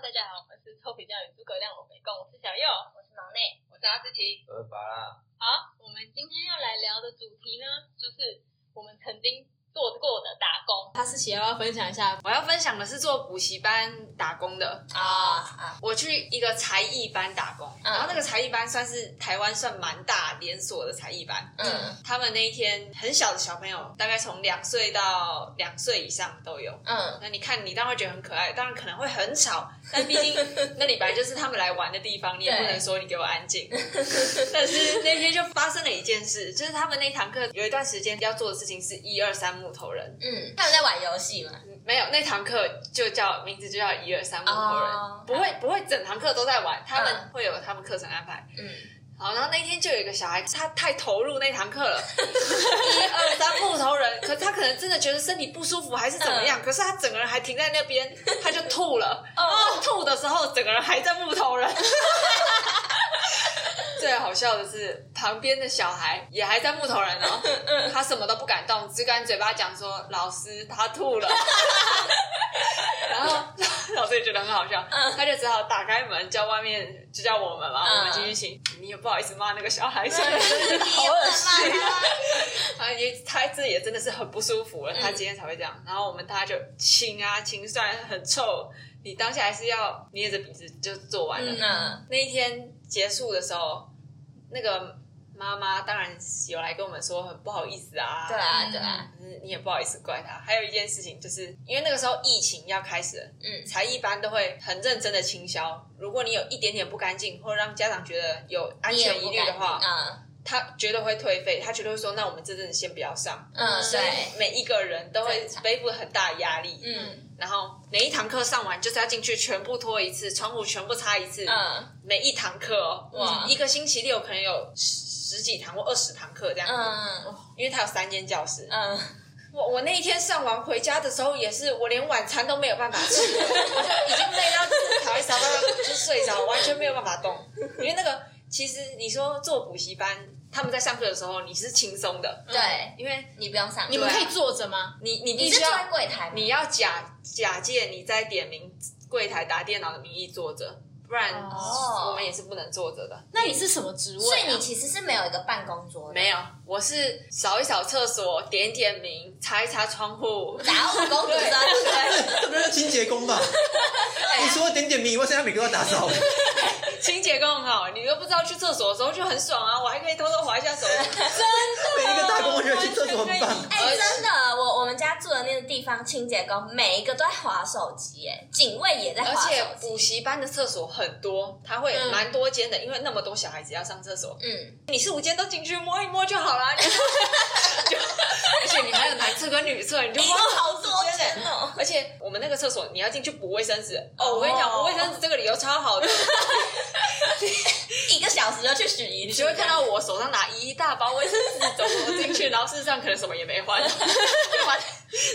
大家好，我是臭皮匠与诸葛亮，我没空，我是小右，我是忙内，我是阿思琪。合法啦，好，我们今天要来聊的主题呢，就是我们曾经做过的打工。阿思琪要不要分享一下？我要分享的是做补习班打工的啊啊，我去一个才艺班打工，嗯然后那个才艺班算是台湾算蛮大连锁的才艺班。嗯他们那一天很小的小朋友，大概从两岁到两岁以上都有。嗯那你看，你当然会觉得很可爱，当然可能会很吵，但毕竟那里本来就是他们来玩的地方，你也不能说你给我安静。但是那天就发生了一件事，就是他们那堂课有一段时间要做的事情是一二三木头人，嗯，他们在玩游戏嘛？没有，那堂课就叫名字就叫一二三木头人哦不会不会整堂课都在玩，他们嗯会有他们课程安排。嗯，好，然后那天就有一个小孩，他太投入那堂课了，一二三木头人，可是他可能真的觉得身体不舒服还是怎么样，可是他整个人还停在那边，他就吐了，哦，吐的时候整个人还在木头人。最好笑的是，旁边的小孩也还在木头人哦，他什么都不敢动，只敢嘴巴讲说老师他吐了，然后 老师也觉得很好笑，他就只好打开门叫外面就叫我们嘛，嗯我们进去请，你也不好意思骂那个小孩，嗯真的你是 好又恶在骂心。他，他也他这也真的是很不舒服嗯了，他今天才会这样。然后我们大家就亲啊亲，虽然很臭，你当下还是要捏着鼻子就做完了。嗯啊那一天结束的时候，那个妈妈当然有来跟我们说很不好意思啊，对啊对啊，可是你也不好意思怪他。还有一件事情，就是因为那个时候疫情要开始了，嗯才一般都会很认真的清消。如果你有一点点不干净，或者让家长觉得有安你也嗯全不疑虑敢的话，啊，他绝对会退费，他绝对会说，那我们这阵子先不要上。嗯所以对，每一个人都会正常背负很大的压力。嗯然后每一堂课上完就是要进去全部拖一次，窗户全部擦一次。嗯每一堂课哦，哇一个星期六可能有十十几堂或二十堂课这样子，嗯因为他有三间教室。嗯，我我那一天上完回家的时候，也是我连晚餐都没有办法吃， 我就已经累到就是躺在沙发上就睡着，完全没有办法动。因为那个其实你说做补习班，他们在上课的时候你是轻松的，对，因为你不用上，你们对可啊以坐着吗？你你你必是须坐要在柜台吗？你要假假借你在点名柜台打电脑的名义坐着，不然哦我们也是不能坐着的。那你是什么职位、啊？所以你其实是没有一个办公桌的，没有，我是扫一扫厕所，点一点名，擦一擦窗户，打五公啊主对的， 这不 是清洁工吧？你除了点点名以外，现在每个都要打扫。清洁工很好，你都不知道去厕所的时候就很爽啊！我还可以偷偷划一下手 机，每一个大工，我觉得去厕所很棒。哎、真的，我我们家住的那个地方，清洁工每一个都在划手机，哎，警卫也在而划且手补机，习班的厕所很多，它会嗯蛮多间的，因为那么多小孩子要上厕所，嗯，你四五间都进去摸一摸就好啦。你 就而且你还有男厕跟女厕，你就你摸好多间嘞间哦，而且我们那个厕所，你要进去补卫生纸哦。我跟你讲，哦补卫生纸这个理由超 好的，一个小时就去洗一次，你就会看到我手上拿一大包卫生纸走走进去，然后事实上可能什么也没 换，就把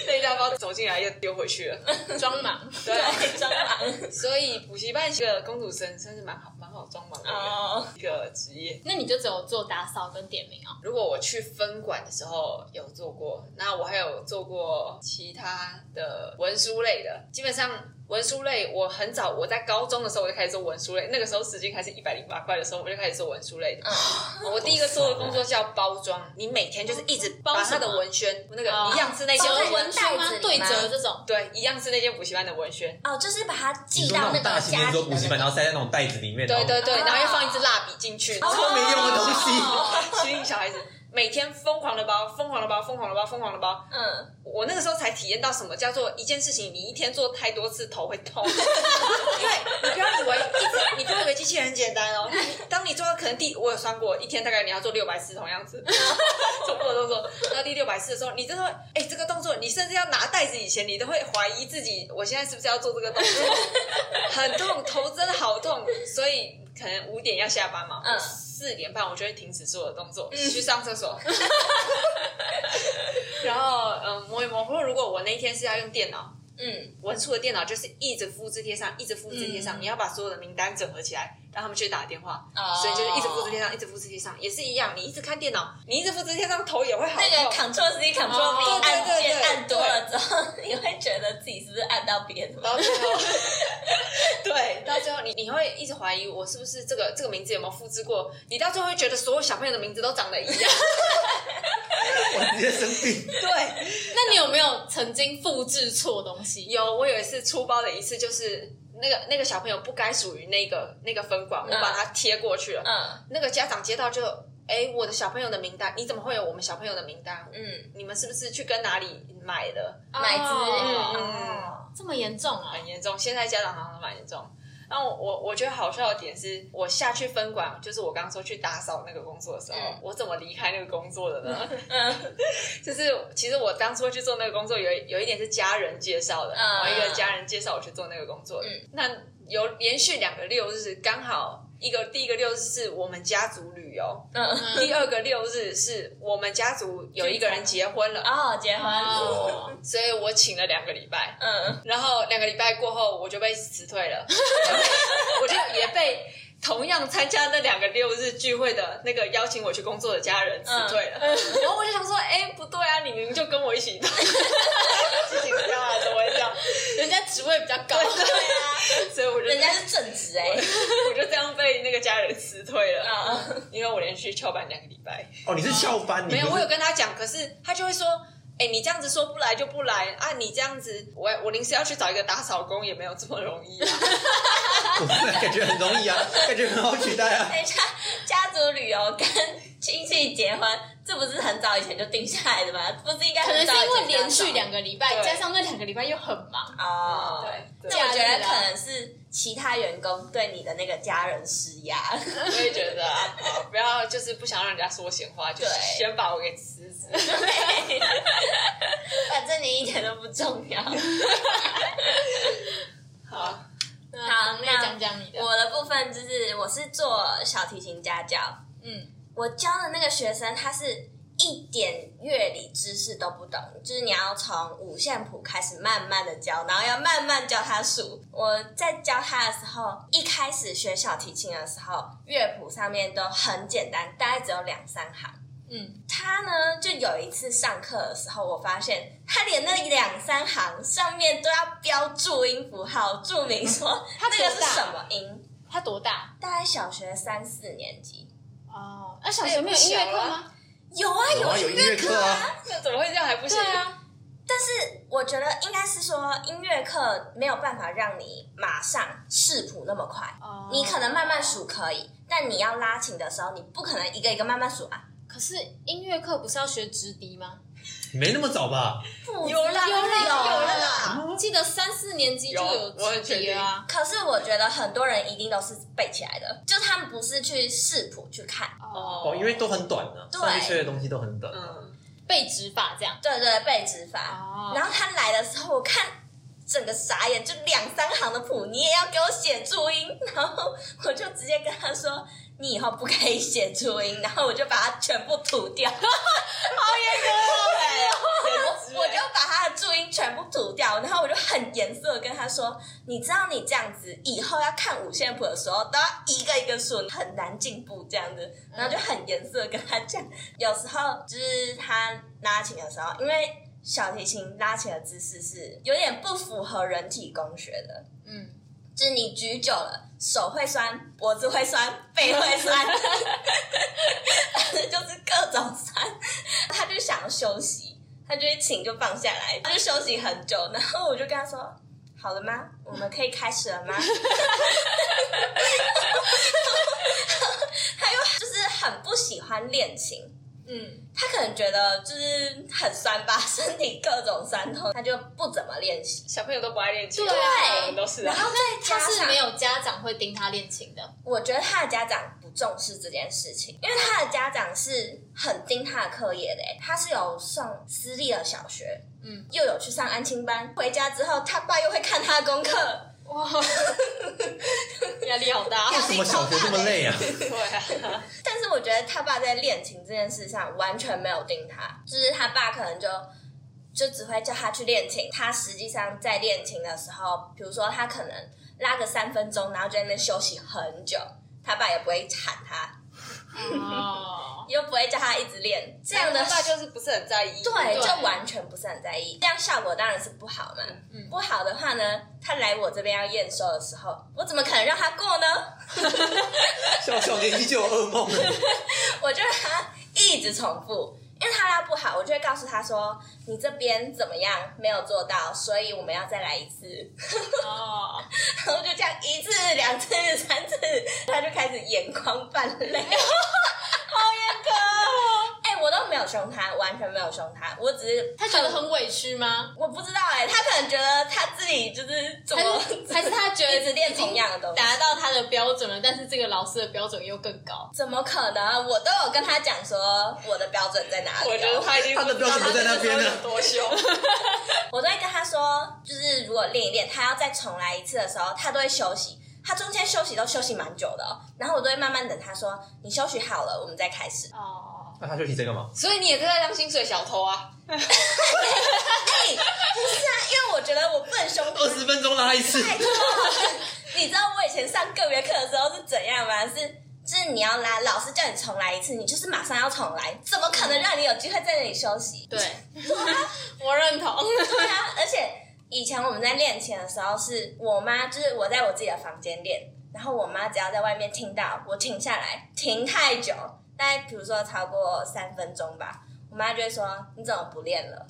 那一大包走进来又丢回去了。装忙。对蟑 螂所以补习班这个公主生算是蛮好蛮好装忙的一个哦，一个职业。那你就只有做打扫跟点名哦。如果我去分馆的时候有做过，那我还有做过其他的文书类的。基本上文书类，我很早我在高中的时候我就开始做文书类，那个时候时薪还是一百零八块的时候，我就开始做文书哦类的。我第一个做的工作叫包装，你每天就是一直把它包什的么文宣那个哦一样是那间包在文袋子里吗对折这种，对，一样是那间补习班的文宣。哦，就是把它你寄说到那那种个大型家连里锁补习班，的然后塞在那种袋子里面，对对对，哦然后又放一支蜡笔进去，哦超没用的东西。哦 吸引小孩子每天疯狂的包，疯狂的包，疯狂的包，疯狂的包。那个，嗯，我那个时候才体验到什么叫做一件事情，你一天做太多次头会痛，因为你不要以为一直，你不要以为机器人很简单哦。当你做到可能第我有算过，一天大概你要做六百次同样子，重复的动作，到第六百次的时候，你真的会，哎、这个动作，你甚至要拿袋子以前，你都会怀疑自己，我现在是不是要做这个动作？很痛，头真的好痛，所以可能五点要下班嘛，嗯四点半我就会停止所有动作，去上厕所。然后嗯，摸一摸。或者如果我那一天是要用电脑，嗯文书的电脑就是一直复制贴上，一直复制贴上，嗯你要把所有的名单整合起来，让他们去打电话，哦所以就是一直复制贴上，一直复制贴上，也是一样，你一直看电脑，你一直复制贴上，头也会好那个痛。 Ctrl C Ctrl 哦 V 对按对对键对按多了之后，你会觉得自己是不是按到别人 然了？后最后，对，到最后你你会一直怀疑我是不是这个这个名字有没有复制过？你到最后会觉得所有小朋友的名字都长得一样。 我直接生病。对，那你有没有曾经复制错东西？有我有一次出包的一次就是。那个那个小朋友不该属于那个那个分管，我把它贴过去了。嗯那个家长接到就，哎，我的小朋友的名单，你怎么会有我们小朋友的名单？嗯，你们是不是去跟哪里买的？买资料哦哦这么严重啊？很严重，现在家长好像蛮严重。然后我我我觉得好笑的点是，我下去分管，就是我刚刚说去打扫那个工作的时候，嗯我怎么离开那个工作的呢？ 就是其实我当初去做那个工作有一有一点是家人介绍的，嗯然后一个家人介绍我去做那个工作的。嗯那有连续两个六日，刚好一个第一个六日是我们家族旅游，嗯，第二个六日是我们家族有一个人结婚了，哦，结婚，哦所以我请了两个礼拜，嗯，然后两个礼拜过后我就被辞 退了，我就也被同样参加那两个六日聚会的那个邀请我去工作的家人辞嗯退了，然后我就想说，哎、不对啊，你明明就跟我 一起的， 事情这样啊，怎么会这样？人家职位比较高，对啊，所以我就人家是正职哎，我就这样被那个家人辞退了，哦嗯因为我连续翘班两个礼拜。哦，你是翘 班，你没有，不我是有跟他讲，可是他就会说。哎、你这样子说不来就不来啊！你这样子，我我临时要去找一个打扫工也没有这么容易啊。 我本来感觉很容易啊，感觉很好取 代啊。等一下，家族旅游跟亲戚结婚，这不是很早以前就定下来的吗？不是应该可能很是早以前因就为要连续两个礼拜，对加上那两个礼拜又很忙，啊哦， 对那我觉得可能是其他员工对你的那个家人施压， 我也觉得啊，好不要就是不想让人家说闲话，就是对先把我给辞职。反正你一点都不重要。 好，好，那那嗯讲讲你的，我的部分就是我是做小提琴家教，嗯，我教的那个学生他是一点乐理知识都不懂，就是你要从五线谱开始慢慢的教，然后要慢慢教他数。我在教他的时候，一开始学小提琴的时候，乐谱上面都很简单，大概只有两三行。嗯，他呢，就有一次上课的时候，我发现他连那两三行上面都要标注音符号，注明说他那个是多大什么音。他多大？大概小学三四年级，哦，那小学没有音乐课吗？有啊有啊，有有音音乐乐课课啊。啊，那怎么会这样还不行？对啊，但是我觉得应该是说音乐课没有办法让你马上视谱那么快，哦你可能慢慢，数可以，但你要拉琴的时候，你不可能一个一个慢慢数啊。可是音乐课不是要学直笛吗？没那么早吧？不有啦啊有有啦有有啦。啦记得三四年级就有我很直笛了啊。可是我觉得很多人一定都是背起来的，就他们不是去视谱去看，哦哦，因为都很短啊，对上面学的东西都很短。嗯，背指法这样。对对，背指法。哦然后他来的时候，我看整个傻眼，就两三行的谱，你也要给我写注音，然后我就直接跟他说。你以后不可以写注音，然后我就把它全部涂掉，哦我就把他的注音全部涂掉，然后我就很严肃的跟他说：“你知道你这样子以后要看五线谱的时候都要一个一个数，很难进步这样子。”然后就很严肃的跟他讲，有时候就是他拉琴的时候，因为小提琴拉琴的姿势是有点不符合人体工学的，嗯，就是你举久了，手会酸，脖子会酸，背会酸， 反正就是各种酸。他就想要休息，他就一请就放下来，他就休息很久。然后我就跟他说：“好了吗？我们可以开始了吗？” 他又就是很不喜欢练琴，嗯，他可能觉得就是很酸吧，身体各种酸痛，他就不怎么练习。小朋友都不爱练琴，对我们都是然啊。后再加他是上没有家长会盯他练琴的。我觉得他的家长不重视这件事情，因为他的家长是很盯他的课业的欸，他是有上私立的小学，嗯，又有去上安亲班，回家之后他爸又会看他的功课，哇，压力好大为什么小学这么累啊？ 对啊，但是我觉得他爸在练琴这件事上完全没有盯他，就是他爸可能就就只会叫他去练琴，他实际上在练琴的时候，比如说他可能拉个三分钟，然后就在那边休息很久，他爸也不会喊他，哦，又不会叫他一直练，这样的话就是不是很在意。对，对就完全不是很在意，这样效果当然是不好嘛。嗯不好的话呢，他来我这边要验收的时候，我怎么可能让他过呢？ 小小年纪就有噩梦了，我就让他一直重复，因为他拉不好，我就会告诉他说：“你这边怎么样？没有做到，所以我们要再来一次。” 哦，然后就这样一次、两次、三次，他就开始眼眶泛 泪，好严格哦！哎、我都没有凶他，完全没有凶他，我只是他觉得很委屈吗？我不知道哎、他可能觉得他自己就是怎还么是还是他觉得一直练同样的东西，达到他的标准了，但是这个老师的标准又更高。怎么可能？我都有跟他讲说我的标准在哪里、哦，我觉得他已经他的标准不在那边了有多凶？我都会跟他说，就是如果练一练，他要再重来一次的时候，他都会休息。他中间休息都休息蛮久的哦、然后我都会慢慢等他说：“你休息好了，我们再开始。”哦，那他休息在干嘛？所以你也是在当薪水小偷啊？哎啊因为我觉得我不能凶他二十分钟拉一次，你知道我以前上个别课的时候是怎样吗？是。就是你要拉，老师叫你重来一次，你就是马上要重来，怎么可能让你有机会在那里休息？ 对，我认同。对啊，而且以前我们在练琴的时候，是我妈，就是我在我自己的房间练，然后我妈只要在外面听到我停下来，停太久，大概比如说超过三分钟吧，我妈就会说你怎么不练了？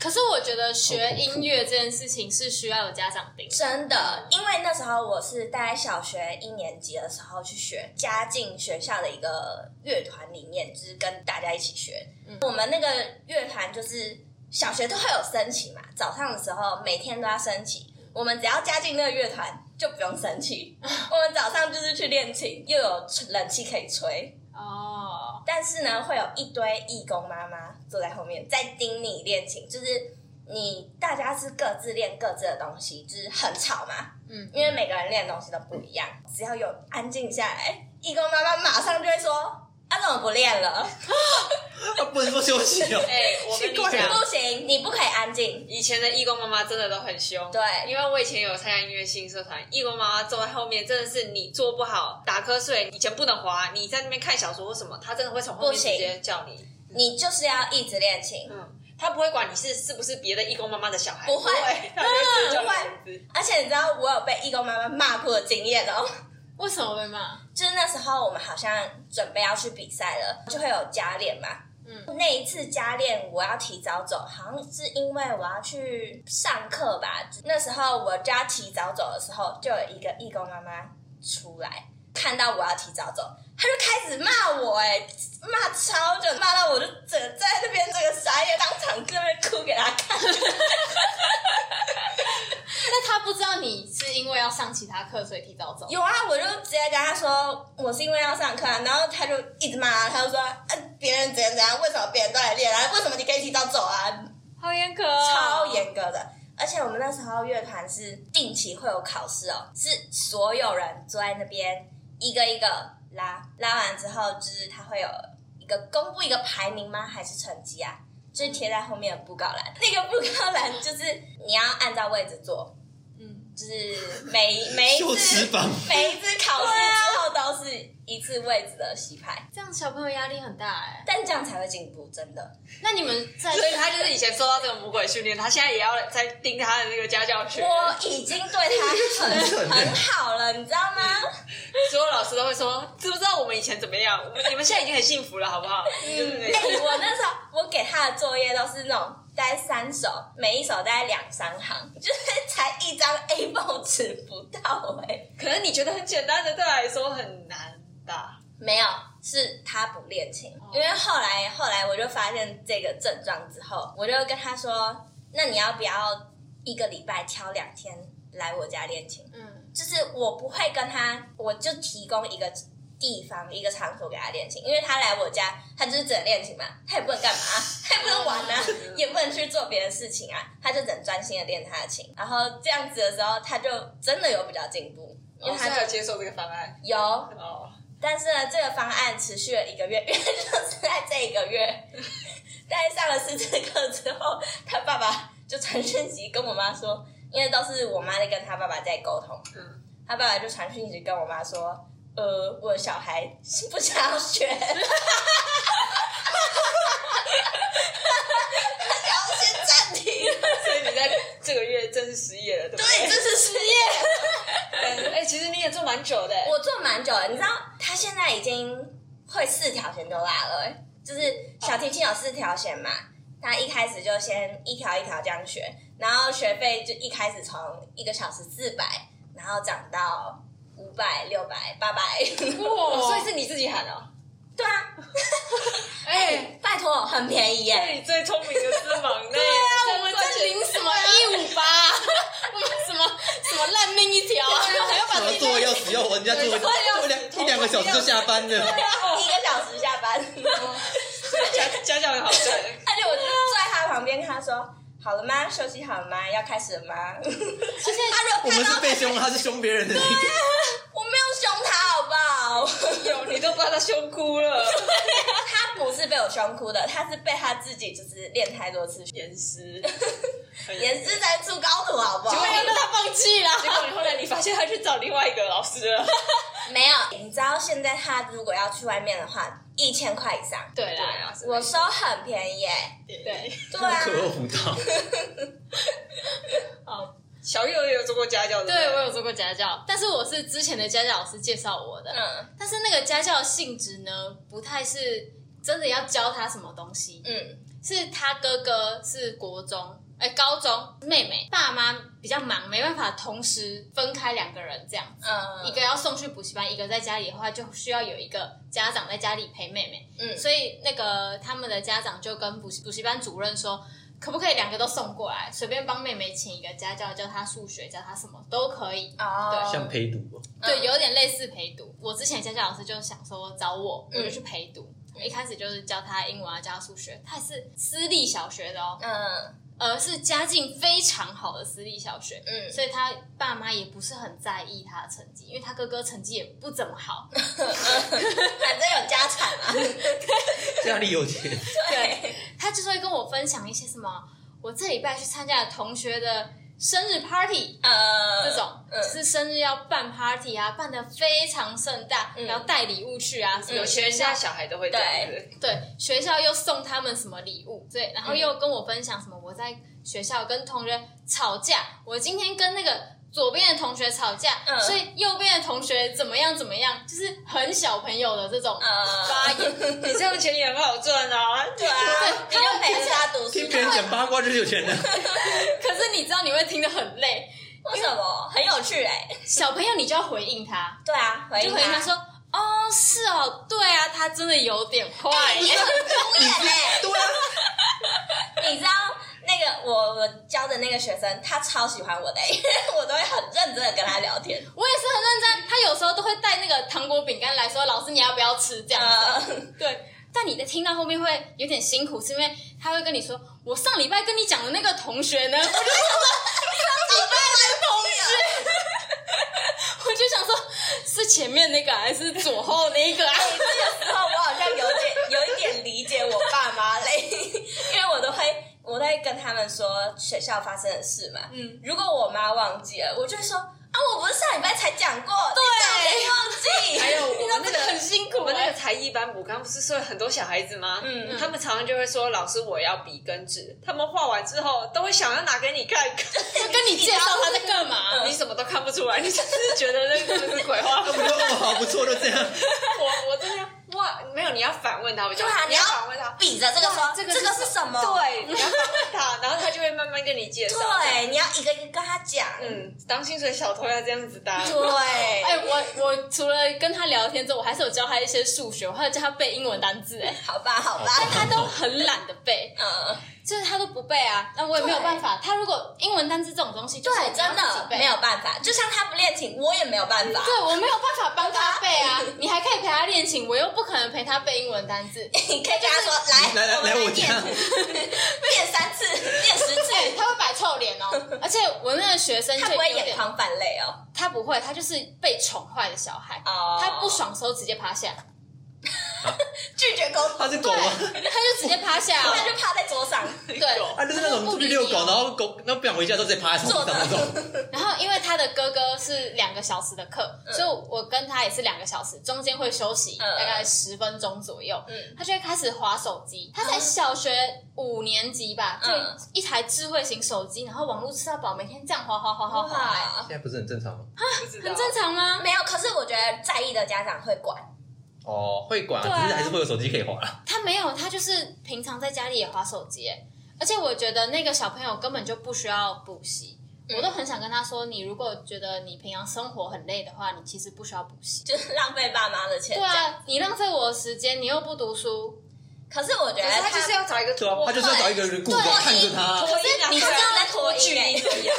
可是我觉得学音乐这件事情是需要有家长盯的。真的，因为那时候我是大概小学一年级的时候去学，加进学校的一个乐团里面，就是跟大家一起学。嗯我们那个乐团就是小学都会有升旗嘛，早上的时候每天都要升旗。我们只要加进那个乐团，就不用升旗。我们早上就是去练琴，又有冷气可以吹。哦，但是呢，会有一堆义工妈妈坐在后面在盯你练琴，就是你大家是各自练各自的东西，就是很吵嘛。嗯，因为每个人练的东西都不一样，只要有安静下来，义工妈妈马上就会说：“啊，怎么不练了？他啊不能说休息哦。哎，我跟奇你怪对讲啊，不行，你不可以安静。以前的义工妈妈真的都很凶。”对，因为我以前有参加音乐性社团，义工妈妈坐在后面，真的是你做不好打瞌睡，以前不能滑，你在那边看小说或什么，她真的会从后不面直行接叫你。你就是要一直练琴，嗯，她不会管你是是不是别的义工妈妈的小孩，不会她就直接叫不会你名字。而且你知道我有被义工妈妈骂过的经验哦。为什么被骂？就是那时候我们好像准备要去比赛了，就会有加练嘛。嗯那一次加练我要提早走，好像是因为我要去上课吧。那时候我就要提早走的时候，就有一个义工妈妈出来，看到我要提早走，她就开始骂我、哎，骂超久，骂到我就整在那边这个傻眼，当场这边哭给她看。那他不知道你是因为要上其他课所以提早走。有啊，我就直接跟他说我是因为要上课、啊，然后他就一直骂，他就说，啊，别人怎样怎样，为什么别人都来练啊？为什么你可以提早走啊？好严格、超。严格的。而且我们那时候乐团是定期会有考试哦，是所有人坐在那边一个一个拉，拉完之后就是他会有一个公布一个排名吗？还是成绩啊？就是贴在后面的布告栏， 那个布告栏就是你要按照位置坐，嗯，就是每每一 羞次耻榜，每一次考试之后都是一次位置的洗牌，这样小朋友压力很大哎、但这样才会进步，真的。那你们在所以她就是以前受到这个魔鬼训练，她现在也要在盯她的那个家教学。我已经对他很很好了，你知道吗？所有老师都会说，知不知道我们以前怎么样？我们你们现在已经很幸福了，好不好？嗯哎、我那时候我给他的作业都是那种大概三首，每一首大概两三行，就是才一张 A4 纸不到哎、可能你觉得很简单的，对他来说很难吧？没有，是他不练琴，因为后来后来我就发现这个症状之后，我就跟他说，那你要不要一个礼拜挑两天来我家练琴？嗯就是我不会跟他，我就提供一个地方、一个场所给他练琴，因为他来我家，他就是只能练琴嘛，他也不能干嘛，他也不能玩啊，也不能去做别的事情啊，他就只能专心的练他的琴。然后这样子的时候，他就真的有比较进步，因为因为他他就就接受这个方案有。哦。但是呢，这个方案持续了一个月，因为就是在这一个月， 大概上了四次课之后，他爸爸就传讯息跟我妈说，因为都是我妈在跟他爸爸在沟通，嗯他爸爸就传讯息跟我妈说，呃，我的小孩是不想学， 他想要先暂停。所以你在这个月正式失业了，对不对，这对？是失业。对，哎，其实你也做蛮久的，我做蛮久了，你知道他现在已经会四条弦都拉了、欸，就是小提琴有四条弦嘛，他一开始就先一条一条这样学，然后学费就一开始从一个小时四百，然后涨到五百、六百、八百。哇，哦所以是你自己喊哦。对啊，哎，拜托，很便宜耶、对你最聪明的是忙内，对啊那我们这领什么一五八？我们什么 什么烂命一条？啊 还要把什么自己做要死要活，人家做对做两一两个小时就下班了，一个小时下班。家家教很好 赚，而且我就坐在他旁边，跟他说：“好了吗？休息好了吗？要开始了吗？” 而且他如果我们看是到被凶，他是凶别人的那个。我没有凶他，好不好？有你都把他凶哭了， 他不是被我凶哭的，他是被他自己就是练太多次，严师，也是在筑高徒，好不我好？要让他放弃啦。啊结果你后来你发现他去找另外一个老师了，没有，你知道现在他如果要去外面的话，一千块以上，对啦，我收很便宜耶。对，对不啊，可恶到，哦，小月也有做过家教，对我有做过家教，但是我是之前的家教老师介绍我的。嗯但是那个家教的性质呢，不太是真的要教他什么东西，嗯，是他哥哥是国中，哎、高中，妹妹爸妈比较忙，没办法同时分开两个人这样子。嗯一个要送去补习班，一个在家里的话，就需要有一个家长在家里陪妹妹。嗯所以那个他们的家长就跟补习补习班主任说，可不可以两个都送过来，随便帮妹妹请一个家教，教她数学，教她什么都可以。哦，像陪读哦。对，有点类似陪读。我之前家教老师就想说找我，我嗯就去陪读。我一开始就是教他英文啊，教他数学。他也是私立小学的哦，嗯呃，是家境非常好的私立小学，嗯所以他爸妈也不是很在意他的成绩，因为他哥哥成绩也不怎么好。嗯反正有家产 啊。家里有钱，对，他就是会跟我分享一些什么，我这礼拜去参加了同学的生日 party。呃，这种嗯就是生日要办 party 啊，办的非常盛大，嗯然后带礼物去啊，什么有钱人家小孩都会这样子，对，学校又送他们什么礼物，对，然后嗯又跟我分享什么我在学校跟同学吵架，我今天跟那个左边的同学吵架，嗯所以右边的同学怎么样怎么样，就是很小朋友的这种呃，发言，你这样钱也很好赚啊，对啊，你就陪着他读书，听别人讲八卦就是有钱人。可是你知道你会听得很累，为什么很有趣哎？小朋友你就要回应他，对啊，回就应回应 他说。哦，是哦，对啊，他真的有点坏耶， 敷衍哎。对啊， 你知道那个我我教的那个学生，他超喜欢我的，因为我都会很认真的跟他聊天。我也是很认真。他有时候都会带那个糖果饼干来说，老师你要不要吃这样子。呃，对，但你的听到后面会有点辛苦，是因为他会跟你说，我上礼拜跟你讲的那个同学 呢，我就想说， 我就想说，是前面那个还是左后那个啊？这个时候我好像有点有一点理解我爸妈嘞， 因为我都会我都会跟他们说学校发生的事嘛。嗯，如果我妈忘记了，我就会说啊，我不是上礼拜才讲过，你怎么可以忘记？还有我们那个很辛苦我们那欸个才艺班补刚不是说很多小孩子吗？嗯他们常常就会说老师我要笔跟纸，他们画完之后都会想要拿给你看，我跟你介绍他在干嘛？ 你什么都看不出来，你只是觉得那个就是鬼画。我觉得哦，好不错，就这 样。我我真的哇，没有你要反问他，我就对啊你你要要反问他，比着这个说，这这个个就是是什么？对， 你要反问他，然后他就会慢慢跟你介绍。对，你要一个一个跟他讲。嗯，当薪水小偷要这样子搭。对，哎、我我除了跟他聊天之后，我还是有教他一些数学，我还有教他背英文单字，哎，好吧，好吧，他都很懒得背，嗯。就是他都不背啊。那我也没有办法，他如果英文单字这种东西，就是对，你要真自的己背没有办法，就像他不练琴，我也没有办法。对我没有办法帮他背 啊，你还可以陪他练琴，我又不可能陪他背英文单字。你 可以跟他说：“来，来来我来，们我练家， 练三 次，练十对，次。哎他会摆臭脸哦， 而且我那个学”生就他不会有点眼，眶泛泪哦。他不会，他就是被宠坏的小孩，哦他不爽的时候直接趴下，拒绝沟通，它是狗啊吗？ 他就直接趴下哦他哦，就趴在桌上， 对，啊，就是那种出去遛狗，然后狗那不想回家都直接趴在床上那种。然后因为他的哥哥是两个小时的课，所以我跟他也是两个小时，中间会休息嗯嗯大概十分钟左右。嗯他就会开始划手机，他才小学五年级吧，就嗯一台智慧型手机，然后网络吃到饱，每天这样划划划划划，哎哇，现在不是很正常吗？不知道很正常吗？没有。可是我觉得在意的家长会管，哦，会管，对啊只是还是会有手机可以划啦。他没有，他就是平常在家里也划手机欸，而且我觉得那个小朋友根本就不需要补习。我都很想跟他说，你如果觉得你平常生活很累的话，你其实不需要补习。就是浪费爸妈的钱。对啊，你浪费我的时间，你又不读书。可是我觉可得是他就是要找一个对啊，他就是要找一个人顾着对看着他。可是你知道在拖距音离欸而已啊，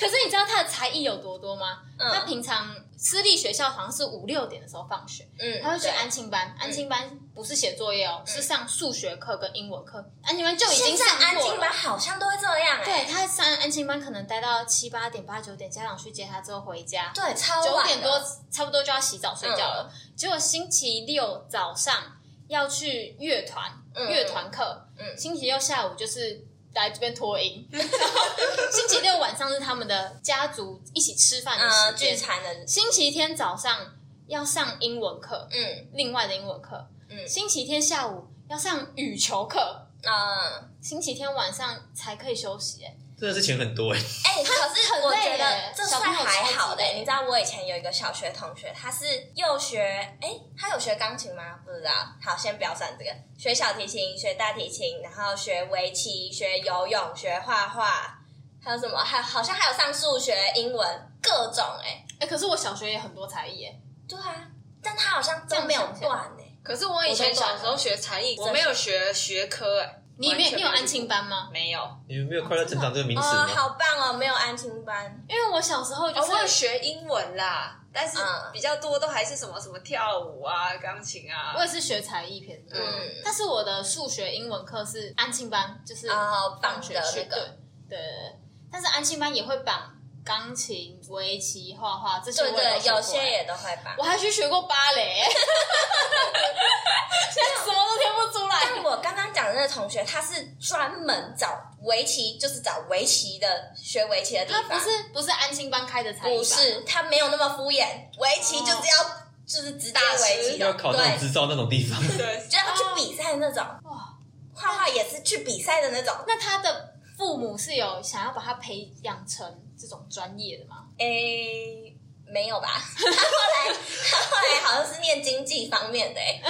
可是你知道他的才艺有多多吗？嗯他平常私立学校好像是五六点的时候放学，嗯， 他会去对安亲班。安亲班不是写作业哦，是上数学课跟英文课。安亲班就已现经在上安过静了班。好像都会这样哎、对他上安亲班可能待到七八点、八九点，家长去接他之后回家，对，超晚嗯九的点多差不多就要洗澡睡觉了。结果星期六早上要去乐团嗯乐团课，嗯星期六下午就是来这边 脱音，然后星期六晚上是他们的家族一起吃饭的嗯时聚间，餐的，星期天早上要上英文课，嗯另外的英文课，嗯星期天下午要上羽球课，嗯，星期天晚上才可以休息、欸。真的是钱很多哎，哎、可是很我累觉得耶欸这小算朋友还超好级的、累你知道我以前有一个小学同学，他是又学，哎、他有学钢琴吗？不知道。好，先不要算这个，学小提琴，学大提琴，然后学围棋，学游泳，学画画，还有什么？还好像还有上数学、英文，各种哎、哎、可是我小学也很多才艺、欸，对啊，但他好像都没有断哎、可是我以前小时候学才艺，我没有学学科哎，你没有你有安亲亲？班吗？没有，你们没有快乐成长这个名词哦，吗？好棒哦，没有安亲班，因为我小时候就哦，是、我有学英文啦，但是嗯比较多都还是什么什么跳舞啊、钢琴啊我。也是学才艺偏多，嗯但是我的数学、英文课是安庆班，就是哦，棒放学的去、那个，对对对对，但是安庆班也会绑钢琴、围棋、画画这些我对也都对，学过欸有些也都会吧我。还去学过芭 蕾，现在什么都听不出但 来。我刚刚讲的那个同学，他是专门找围棋，就是找围棋的学围棋的地他方，不是不是安庆班开的才艺班，不是他没有那么敷衍，围棋就是要、哦就是直接围棋要的，考那种对，执照那种地方，对，就要去比赛那种，哇。画画也是去比赛的那种。那他的父母是有想要把他培养成这种专业的吗？诶、没有 吧？他后来他后来好像是念经济方面的、诶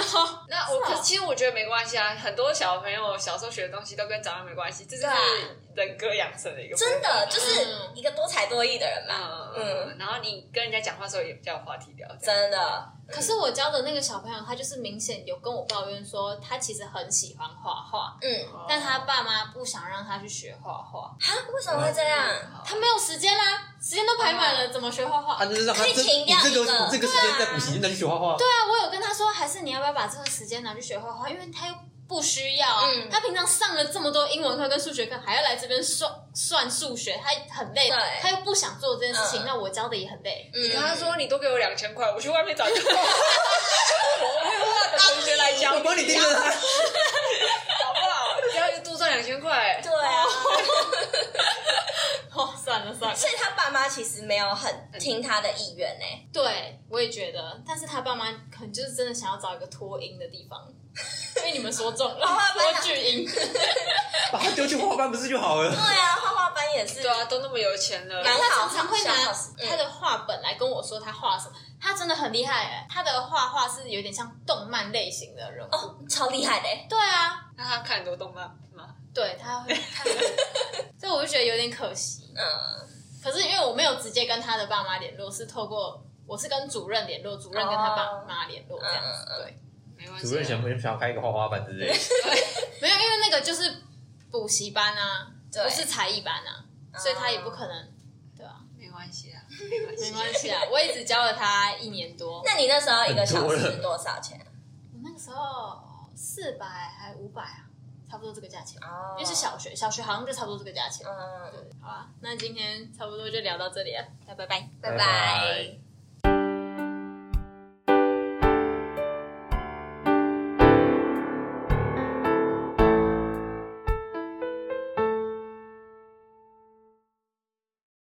那我是哦可是其实我觉得没关系啊，很多小朋友小时候学的东西都跟长大没关系，这就对啊是人格养成的一个部分。真的就是一个多才多艺的人嘛，嗯嗯嗯，然后你跟人家讲话的时候也比较有话题聊，这样真的。可是我教的那个小朋友，他就是明显有跟我抱怨说，他其实很喜欢画画，嗯，但他爸妈不想让他去学画画，哈，为什么会这样？他没有时间啦，时间都排满了，怎么学画画？啊，就是让他可以这停你掉这个一个你这个时间再补习，那就学画画。对啊，我有跟他说，还是你要不要把这个时间拿去学画画，因为他又不需要啊，嗯他平常上了这么多英文课跟数学课，还要来这边算算数学，他很累对，他又不想做这件事情，嗯那我教的也很累。嗯你跟他说你多给我两千块，我去外面找一 个我会画的同学来啊教我帮你盯着他，好不好？不要多赚两千块，对啊，哦，算了算了，所以他爸妈其实没有很听他的意愿呢、 欸对我也觉得，但是他爸妈可能就是真的想要找一个脱音的地方，被你们说中了，画画班啊脱巨音。把他丢去画画班不是就好嗯了？对啊，画画班也是。对啊，都那么有钱了，蛮他好嗯常常会拿他的的画本来跟我说他画什么，他真的很厉害哎、他的画画是有点像动漫类型的人物。哦，超厉害的、欸。对啊，那他看很多动漫吗？对他会看， 所以我就觉得有点可惜。嗯，可是因为我没有直接跟他的爸妈联络，是透过我是跟主任联络，主任跟他爸妈联络这样嗯子。对，没关系啊，主任想想开一个画画班之类的，没有，因为那个就是补习班啊，对不是才艺班啊，嗯所以他也不可能。对啊，没关系啊，没关没系。关系啊，我也只教了他一年多。那你那时候一个小时多少钱？我那个时候四百还五百啊，差不多这个价钱，哦因为是，小学，小学好像就差不多这个价钱。嗯，啊对，好啊，那今天差不多就聊到这里了，那拜拜。拜拜。